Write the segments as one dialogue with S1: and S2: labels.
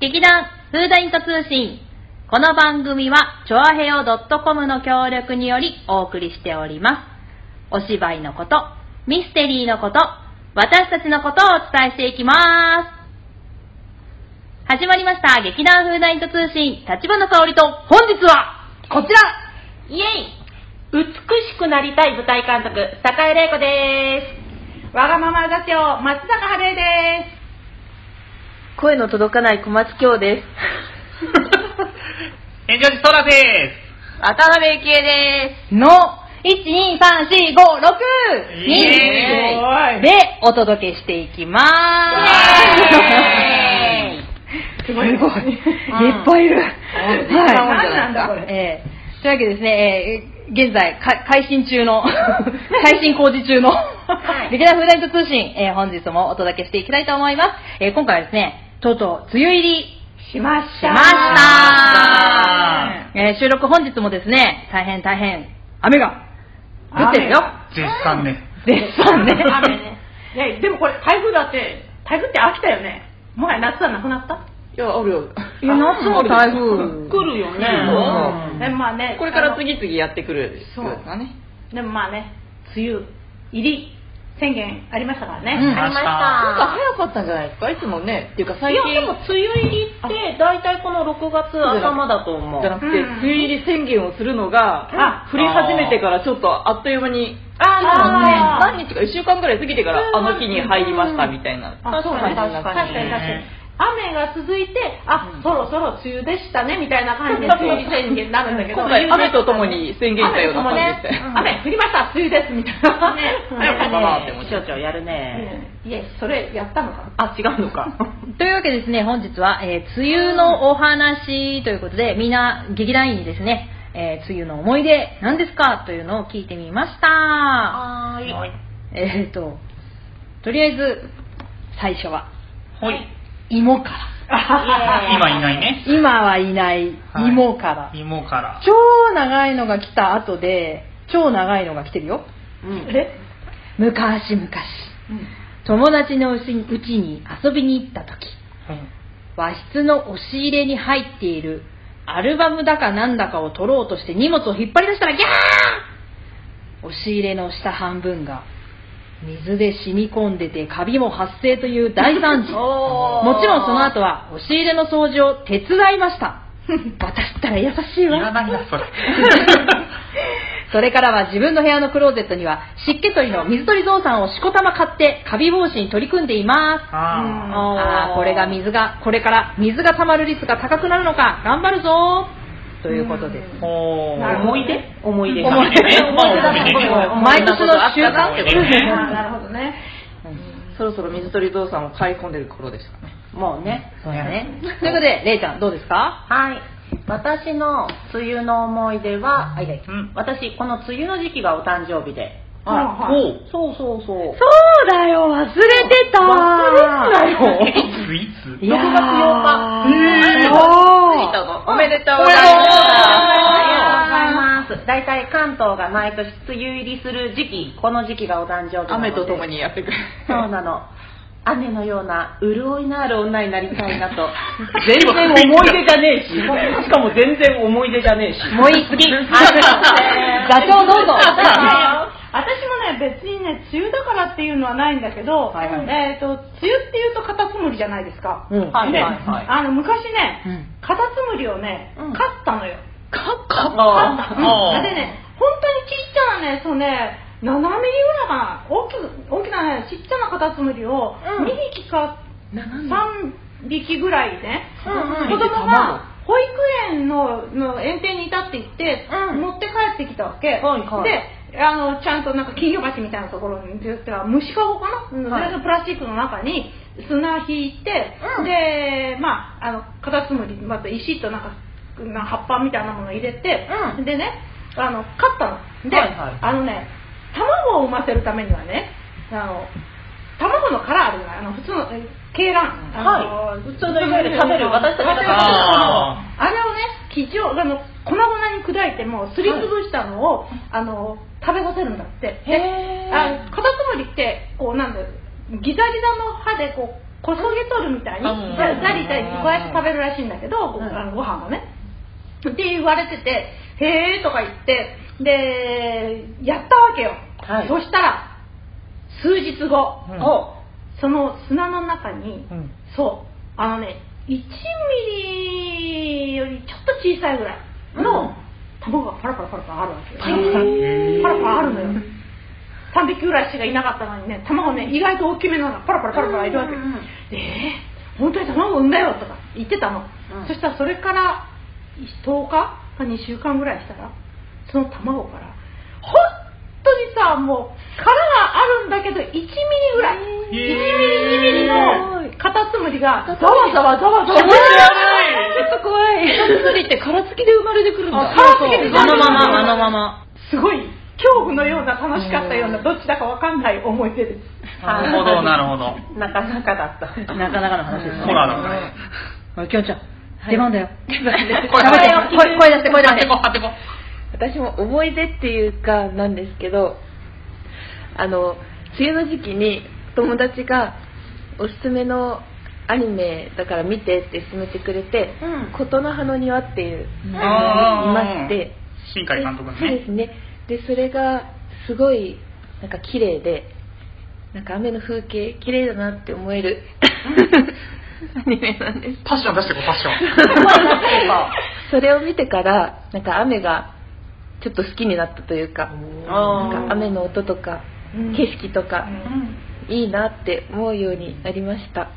S1: 劇団フーダイント通信この番組はチョアヘヨ .com の協力によりお送りしておりますお芝居のことミステリーのこと私たちのことをお伝えしていきます始まりました劇団フーダイント通信立花香織と本日はこちら
S2: イエイ美しくなりたい舞台監督、坂井玲子です。わがまま座長、松坂春江で
S3: 声の届かない小松京です。
S4: 炎上寺トラで
S3: 渡辺幸恵です
S1: の
S4: す
S1: 1234562
S4: イエーイ
S1: でお届けしていきま
S4: イエ
S1: す。すごい。いっぱいいる。はい。
S2: なんだこれ
S1: えーというわけでですね、えー現在、か配信中の、配信工事中の、
S2: い
S1: 劇団フーダイト通信、えー本日もお届けしていきたいと思います。えー今回はですね、とうとう梅雨入り
S2: す。しまし
S1: しました、え
S4: あ
S1: ー収録本日もですね、大変大変、雨が降ってるよ。
S4: 絶賛ね。
S1: 絶賛ね。
S2: 雨ね。いや、でもこれ台風だって、台風って飽きたよね。もはや夏はなくなった
S3: いや、あるよ。
S1: いや夏も台風
S3: 来るよね。
S4: うん
S2: でもまあね、
S3: これから次々やってくる。
S2: そう
S3: だね。
S2: あのでもまあね、梅雨入り宣言ありましたからね。
S1: うん
S4: ま
S3: なん
S4: した。
S3: か早かったんじゃないですかいつもね。っていうか最
S2: い
S3: 近。
S2: や、でも梅雨入りって大体この6月頭だと思う。
S3: じゃなくて、
S2: う
S3: 梅
S2: ん
S3: 雨入り宣言をするのが、
S2: うん
S3: あ降り始めてからちょっとあっという間に、
S2: あーなるほどね
S3: 何日か、1週間ぐらい過ぎてから
S2: うん
S3: あの日に入りましたみたいな。
S2: あそうね、確かに確かに
S3: 確かに
S2: 雨が続いて、あ、そろそろ梅雨でしたねみたいな感じで梅雨宣言になるんだけど、
S3: 今回雨とともに宣言したような感じで
S2: 雨
S3: し
S2: と
S3: た
S2: と
S3: よ
S2: もね雨降りました、梅雨ですみたいな。ね、
S3: 早かったなって思って。
S2: やるね。いや、それやったのか。あ、違うのか。
S1: というわけでですね、本日は、えー梅雨のお話ということで、みんな劇団員にですね、えー梅雨の思い出、何ですかというのを聞いてみました。
S2: はーい。
S1: えっ、と、とりあえず、最初は、
S4: ほい。
S1: 芋から。
S4: 今いないね。
S1: 今はいない
S4: はい
S1: 芋から。
S4: 芋から。
S1: 超長いのが来た後で、超長いのが来てるよ。
S2: え
S1: 昔々、友達のうちに遊びに行った時、和室の押し入れに入っているアルバムだかなんだかを取ろうとして荷物を引っ張り出したらギャー押し入れの下半分が水で染み込んでてカビも発生という大惨 事
S2: おー
S1: もちろんその後は押し入れの掃除を手伝いました 私ったら優しい
S4: い
S1: わ
S4: らないな、それ。
S1: それからは自分の部屋のクローゼットには湿気取りの水取りゾウさんをしこたま買ってカビ防止に取り組んでいます
S2: うん
S4: あ
S1: ああーこれが水がこれから水が溜まる率が高くなるのか頑張るぞーということです
S4: ー。ほー。
S2: 思い出
S3: 思い出
S4: 思い出ね。まあ思い出ね。
S1: 毎年の習慣ってこと
S4: 思い出ね
S2: あーなるほどね。
S3: そろそろ水鳥像さんを買い込んでる頃ですかね。
S5: もうね。
S1: そうやねということでれいちゃんどうですか
S5: はい。私の梅雨の思い出は、あいやいや
S4: うん
S5: 私、この梅雨の時期がお誕生日で。
S2: はい
S5: おうそうそうそう。
S1: そうだよ忘れてた忘れてたよ
S4: いついつ
S1: 6月
S4: え
S1: 8
S4: ー
S1: 日
S3: おめでとうござ
S1: おめで
S3: い
S1: とう
S5: ありがとうございます。大体関東が毎年梅雨入りする時期、この時期がお誕生日なので。
S3: 雨ととも。にやってくる。
S5: そうなの。雨のような潤いのある女になりたいなと。
S3: 全然思い出じゃねえし、しかも全然思い出じゃねえし。
S1: もういい次座長どうぞ
S2: 私もね別にね梅雨だからっていうのはないんだけど、
S1: はいはい
S2: えっ、と梅雨っていうとカタツムリじゃないですか、
S1: うん
S3: はいはいはい
S2: あの昔
S1: う
S2: ね
S1: ん
S2: カタツムリをね
S5: うん
S2: 飼ったのよ
S3: かっ
S2: 飼
S3: か
S2: った
S4: あー
S2: でね本当にちっちゃなねそうね7ミリぐらいかな大きく大きなねちっちゃなカタツムリを
S5: うん
S2: 2匹か3匹ぐらいね、
S5: うんうん
S2: 子供が保育園のの園庭にいたって言って、
S5: うん
S2: 持って帰ってきたわけ、
S5: はいはい
S2: であのちゃんとなんか金魚鉢みたいなところに言っては虫かごかな、
S5: うん
S2: それのプラスチックの中に砂引いて、
S5: うん
S2: でまああのカタツムリまた石となんかな葉っぱみたいなものを入れて、
S5: うん
S2: でねあの飼ったので、
S5: はいはい
S2: あのね卵を産ませるためにはねあの卵の殻あるじゃないあの普通のえ鶏卵あの
S5: はい普通のいわゆる食べる私たちが食べる
S4: あ
S2: あれをね生地をあの粉々に砕いてもすりつぶしたのを、あの食べさせるんだってで
S5: へー
S2: あカタツムリってこうなんだろうギザギザの歯でこうこそげとるみたいに
S5: う
S2: なんりたいってこうやって食べるらしいんだけど、ご
S5: うん
S2: あのご飯がねって言われてて「へえ」とか言ってでやったわけよ、
S5: はい
S2: そしたら数日後、
S3: うん
S2: おその砂の中に、
S3: うん
S2: そうあのね1ミリよりちょっと小さいぐらいの卵がパラパラパラパラあるわけよ
S3: パラパラへー
S2: パラパラあるのよ3匹ぐらいしかいなかったのにね卵ね意外と大きめなのがパラパラパラパラいるわけ
S5: うんうんうん
S2: でえー本当に卵産んだよとか言ってたの、
S5: うん
S2: そしたらそれから10日か2週間ぐらいしたらその卵から本当にさもう殻があるんだけど1ミリぐらい1ミリ2ミリのカタツムリがざわざわざわざ
S1: ちょ
S2: わ
S1: っと怖い。釣りって殻付きで生まれてくるんだ。
S2: あ殻付きで生ま
S1: あ
S2: れ
S1: の
S2: てくる
S1: まま、あのまま。
S2: すごい恐怖のような楽しかったようなどっちだかわかんない思い出です
S4: なるほど、なるほど。
S5: なかなかだった。
S1: なかなかの話ですね。
S4: ホラーだね。
S1: おいきょんちゃん、出 番だよ。
S4: 声
S1: 声声出して、声出して。
S4: 当てこ
S6: 私も思い出っていうかなんですけどあの梅雨の時期に友達がおすすめのアニメだから見てって勧めてくれて
S5: うん
S6: 「琴の葉の庭」っていう
S1: うん
S6: あのいまして
S4: 新海監督の
S6: そうで
S4: ね。
S6: すねでそれがすごいなんか綺麗でなんか雨の風景綺麗だなって思えるアニメなんです
S4: パッション出してこ、パッション。
S6: それを見てからなんか雨がちょっと好きになったというかなんか雨の音とか景色とか、いいなって思うようになりました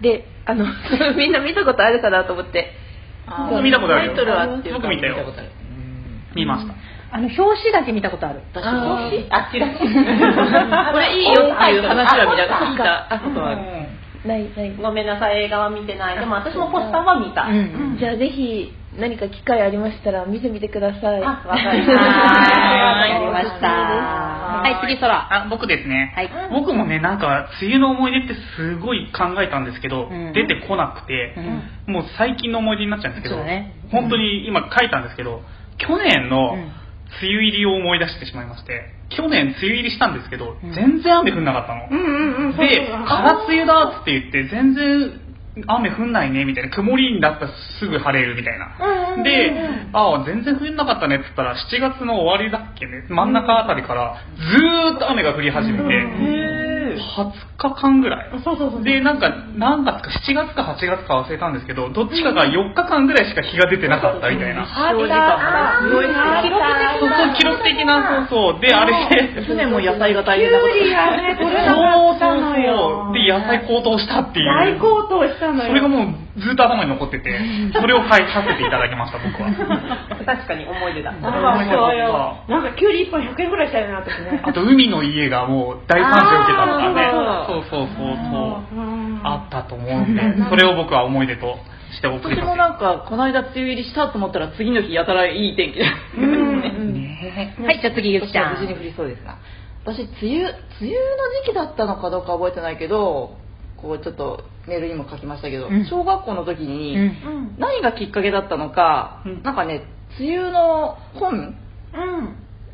S6: であの みんな見たことあるかなと思って
S5: あ
S4: 僕見たことあるよ
S5: タイトルはっていうか
S4: 僕見たよ。見ました。
S1: あの、表紙だけ見たことある。私
S6: あー
S5: あっちだ。これいいよっていう話は見た聞いたことある。
S6: ないない
S5: ごめんなさい、映画は見てない。でも私もポスターは見た。
S1: うん
S6: じゃあぜひ何か機会ありましたら見てみてください
S5: あ、わかり
S1: は
S5: ま
S1: い、
S5: し
S1: わかりました。
S5: た。
S1: はい、次、空。
S4: あ、僕ですね。
S1: はい。
S4: 僕もね、なんか、梅雨の思い出ってすごい考えたんですけど、
S1: うん
S4: 出てこなくて、もう最近の思い出になっちゃうんですけ
S1: そ
S4: ど、
S1: うね
S4: 本当に今書いたんですけど、去年の
S1: うん
S4: 梅雨入りを思い出してしまいまして、去年梅雨入りしたんですけど、
S1: うん
S4: 全然雨降んなかったの。
S2: うんうんうんそう
S4: で、
S2: そう
S4: 空梅雨だっつって言って、全然雨降んないね、みたいな。曇りになったらすぐ晴れるみたいな。で、ああ、全然降んなかったねって言ったら、7月の終わりだっけね、真ん中あたりから、ずーっと雨が降り始めて、20日間ぐらい。
S2: そうそうそう
S4: で、なんか、何月か、7月か8月か忘れたんですけど、どっちかが4日間ぐらいしか日が出てなかったみたいな。
S5: あった。すごい記
S4: そうそう、
S5: 録的
S4: 記録的な、そうそう。で、あれで、
S5: 去年も野菜が大変だ
S2: キュウリがね取れなかったの
S4: そ
S2: よ
S4: うそうそう。で、野菜高騰したっていう。
S2: 大高騰したのよ
S4: それがもうずっと頭に残ってて、それをはい、させていただきました、僕 は。
S5: 確かに思い出だ。
S2: あそうよなんかキュウリ1本100円ぐらいしたよね私ね
S4: あと、海の家がもう大賛成を受けたのが
S5: あ
S4: ね
S5: ー、
S4: そうそうそうそうう、
S2: ん
S4: あったと思うんで、それを僕は思い出として送り
S5: 私
S4: ま
S5: も
S4: す
S5: なんか、この間梅雨入りしたと思ったら、次の日やたらいい天気だ。
S2: うん
S4: ね
S1: はい、じゃあ次、ゆき
S5: 私
S1: ちゃ
S5: は
S1: ん。
S5: 無事に降りそうですが私梅雨梅雨の時期だったのかどうか覚えてないけどこうちょっとメールにも書きましたけど、
S1: うん
S5: 小学校の時に
S1: うん
S5: 何がきっかけだったのか、
S4: うん
S5: なんかね梅雨の本
S2: うん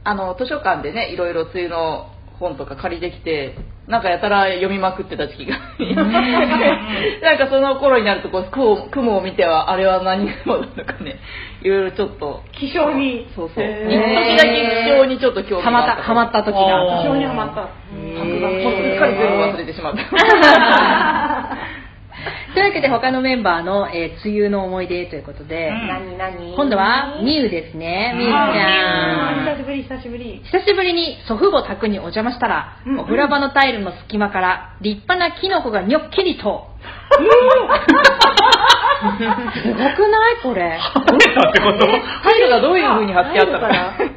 S5: あの図書館でねいろいろ梅雨の本とか借りてきてなんかやたら読みまくってた時期が なんかその頃になるとこう雲雲を見てはあれは何雲なのかねいろいろちょっと
S2: 気象に
S5: そうそう
S2: へ
S5: 時
S2: ー
S5: 々気象にちょっと興味
S1: は
S5: が
S1: まっ
S5: あ
S1: た、
S5: った
S1: はまった時だ。
S2: 気象にはまった
S5: 白山もうすっかり全部忘れてしまった。
S1: というわけで、他のメンバーの、えー梅雨の思い出ということで、
S4: うん
S5: 何何
S1: 今度は、みゆですね。みゆち
S2: あ
S1: ゃ
S2: ー
S1: ん。
S2: 久しぶり久しぶり
S1: 久しぶりに祖父母宅にお邪魔したら、
S2: うん
S1: お風呂場のタイルの隙間から立派なキノコがにょっきりと。すごくないこれ。
S4: 晴れたってこと
S5: タイルがどういう風に貼ってあったか。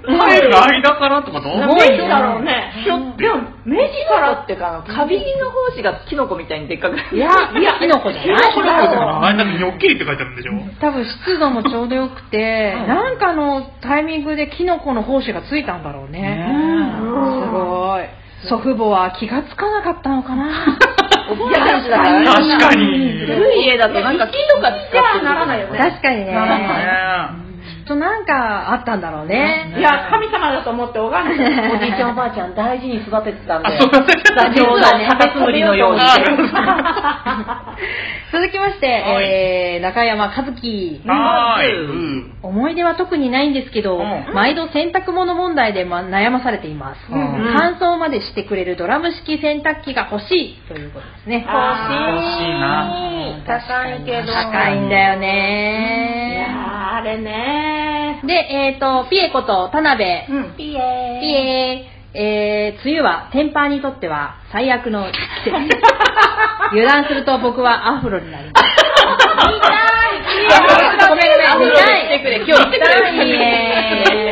S4: 入る間からってこと
S1: ごいね
S2: だろうね
S4: ひょって
S2: でも目
S5: からっていうか、あの、カビの胞子がキノコみたいにでっかくなって
S1: いや、いや、 キノコじゃない
S2: キノコだろ
S4: あれだってニョッキリって書いてあるんでしょ
S1: 多分湿度もちょうどよくて、
S5: うん
S1: なんかのタイミングでキノコの胞子がついたんだろうね。
S4: ね
S1: すごい。祖父母は気がつかなかったのかな。
S5: いや確か
S4: 確かに。ね
S5: 古い家だとなんか木とか使っ
S2: じ
S5: て
S2: ゃあならないよね
S1: 確かにね。
S4: え
S1: きっとなんかあったんだろうね。
S2: いや、神様だと思って拝んでた。
S7: おじいちゃんおばあちゃん大事に育ててたんで
S4: あ、そうなんです
S7: 座長のカタツムリのように
S4: あ
S1: 続きまして、
S4: はい
S1: えー中山和樹。
S4: はーい。うん。
S1: 思い出は特にないんですけど、
S4: うん
S1: 毎度洗濯物問題で、ま、悩まされています、
S4: うん
S1: 乾燥までしてくれるドラム式洗濯機が欲しいということですね
S4: 欲しいな。
S7: 高いけど
S1: 高いんだよ
S2: いや
S1: ね
S2: ーあれね
S1: でえっ、とピエコと田辺、
S2: ー。うん。
S7: ピエー
S1: ピエーえー、梅雨はテンパーにとっては最悪の季節です油断すると僕はアフロになりますごめんごめん
S5: ごめんごめん見たい来てくれ今日来てくれ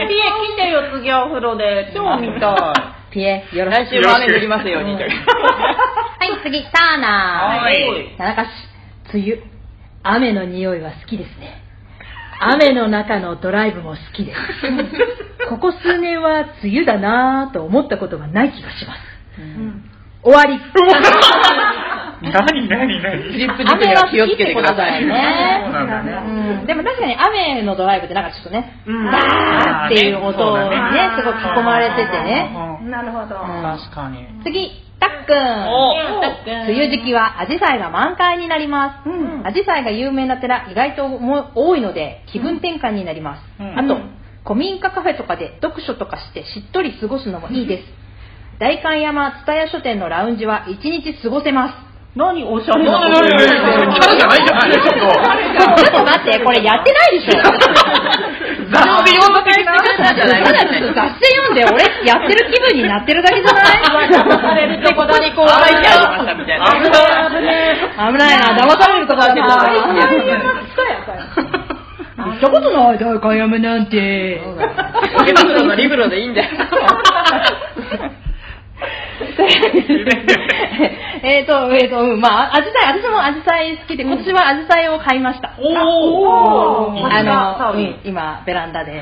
S1: ピ
S7: ピ
S1: エ
S7: エ来てよ次お風呂で超見た
S1: ピエよろし
S5: 来
S1: く
S5: 週も雨降りますようにという
S1: はい次ターナー
S4: はい。
S1: 田中氏、梅雨。雨の匂いは好きですね。雨の中のドライブも好きです。ここ数年は梅雨だなぁと思ったことがない気がします。終わり。
S4: 何何何
S5: リップリップには気をつけてください
S1: 雨
S4: そう
S1: は好きってことだよね。
S4: なんだね。
S1: うんでも確かに雨のドライブってなんかちょっとね、
S4: うん
S1: バーっていう音に
S4: そうだ
S1: ね、すごい囲まれててね。
S4: ね。
S2: なるほど。
S4: 確かに。
S1: 次、たっくん。
S4: お
S1: 梅雨時期はアジサイが満開になります、アジサイが有名な寺意外とも多いので気分転換になります、
S4: うん
S1: あと古民家カフェとかで読書とかしてしっとり過ごすのもいいです代官山蔦屋書店のラウンジは一日過ごせます
S7: 何おしゃれ
S4: キャ
S7: な
S4: ラじゃないじゃないちょっ
S1: ちょっと待ってこれやってない でしょ
S4: と。雑誌で読んだ的な。
S1: ただ雑誌読んで俺やってる気分になってるだけじゃない
S7: 騙されるとこだにこう
S5: あいちゃいましたみたいな
S4: 危
S1: 危ない
S4: ない。
S1: な騙されるとこだけど行ったことない代官山なんて
S5: 池袋のリブロでいいんだよ
S1: えっと、えっ、と、うんまあ、アジサイ、私もアジサイ好きで、今年はアジサイを買いました。
S4: おー。
S1: あの、うん今、ベランダで。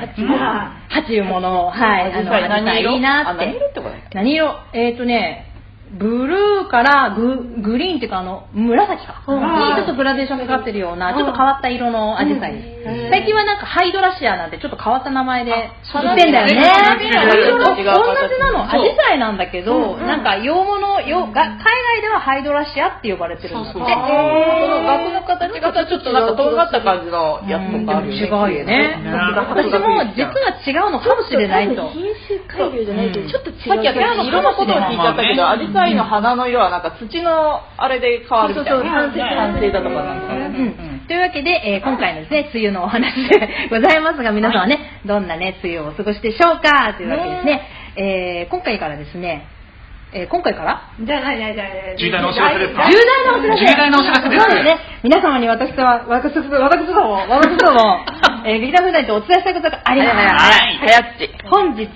S1: 鉢いうものを、はい、あの、アジサイいいなって。何色って何色えっ、とね、ブルーからググリーンっていうかあの紫か、にちょっとグラデーションかかってるような、ちょっと変わった色のアジサイです、最近はなんかハイドラシアなんてちょっと変わった名前で売ってんだよね
S5: 花びらが
S1: 同
S5: ね違
S1: じ
S5: う形
S1: なのアジサイなんだけど、なんか洋物洋が海外ではハイドラシアって呼ばれてるんだって
S5: そうそうこの額の形がちょっとなんかとんがった感じのやつとかある
S1: 違う
S5: よ
S1: よ
S5: ね。
S1: ね私も実は違うのかもしれないと
S7: 品種改良じゃないけどちょっと違う
S5: さっきはの色のことを聞いちゃったけど、アジサイの花の色はなんか土のあれで変わるみたい
S7: そ
S5: な。
S7: うそうそう
S5: 酸性だとかなんか
S1: う
S5: ね。
S1: ん、というわけで、えー今回のですね、梅雨のお話でございますが、皆さんはね、どんなね、梅雨をお過ごしでしょうかというわけですね。えー今回からですね、えー今回から
S2: じゃあ、ないないない。
S4: 重大なお知らせですか
S1: 重大なお知らせ
S4: 重大なお知らせです
S1: そうですね。皆様に私とは、私と、私とも、私とも、 えー、劇団風団とお伝えしたいことがあります。
S5: はい。早っち。
S1: 本日、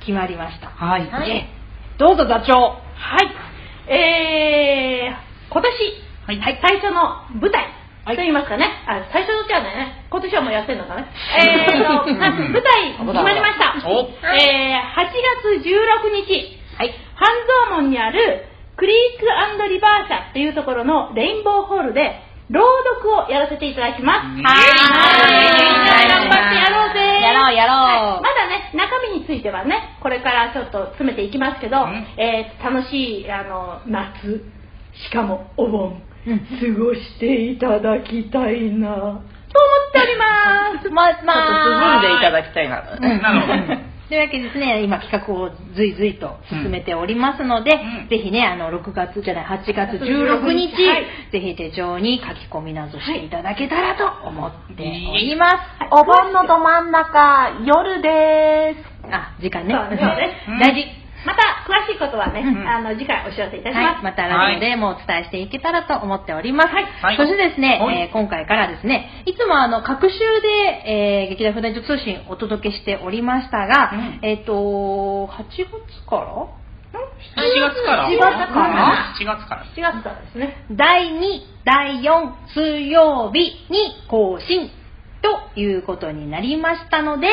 S1: 決まりました。
S4: はい。
S1: ねどうぞ座長。
S2: はい。えー、今年、はい、最初の舞台。と言いますかね、あ最初のうちはね、今 年はもうやってんのかね。えーと、はい舞台決まりました。
S4: お
S2: えー、8月16日、
S1: はい。
S2: 半蔵門にあるクリークリバー社っていうところのレインボーホールで朗読をやらせていただきます。
S4: は
S2: はい頑張ってやろうぜ
S1: やろうやろ
S2: は
S1: う
S2: い、ま。だね中身についてはねこれからちょっと詰めていきますけど、
S4: ん
S2: えー楽しいあの夏しかもお盆
S1: うん
S2: 過ごしていただきたいなと思っております
S1: まあ、まあ、
S5: 涼んでいただきたいな。
S1: うん
S4: なるほど。
S1: というわけでですね、今企画をずいずいと進めておりますので、
S4: ん
S1: ぜひね、あの、6月じゃない、8月16日、
S2: はい
S1: ぜひ手帳に書き込みなどしていただけたらと思っております。
S7: お盆のど真ん中夜で
S1: あ、時間ね。
S2: そうねそうね
S1: うん 大事。
S2: また詳しいことはね、
S1: うん
S2: あの次回お知らせいたし
S1: は
S2: ま
S1: い、
S2: す、
S1: またラジオでもお伝えしていけたらと思っております。
S4: はい
S1: そしてですね、
S4: はい
S1: えー今回からですね、いつもあの、各週で、えー、劇団不大女通信お届けしておりましたが、えっ、と8月から
S4: 7月から
S1: 7月から
S4: ?7 月から。
S2: 4月からですね
S1: 第2、第4水曜日に更新ということになりましたので、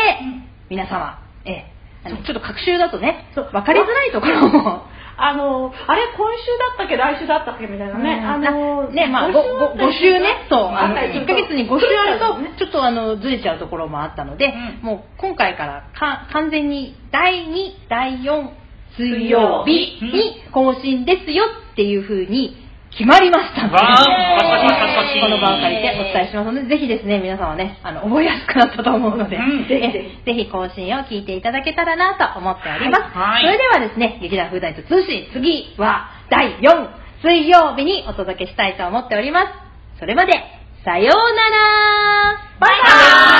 S1: 皆様、えーあのちょっと各週だとね、
S2: そう
S1: 分かりづらいところも、
S2: あのあれ今週だったっけ来週だったっけみたいなね、あの
S1: ね、まあ、5,
S2: 五
S1: 5週ね、そう、あの
S2: あったりする
S1: 1ヶ月に5週あると、ちょっっとあのずれちゃうところもあったので、もう今回からか完全に第2第4水曜日に更新ですよっていうふうに決まりましたので、
S4: わーパチパチパチパチ
S1: この場を借りてお伝えしますので、ぜひですね、皆さんはね、あの、覚えやすくなったと思うので、
S4: う ん
S1: ぜひぜひ更新を聞いていただけたらなと思っております。
S4: はいは
S1: それ
S4: い
S1: ではですね、劇団風大と通信、次は第4水曜日にお届けしたいと思っております。それまで、さようならバイバイ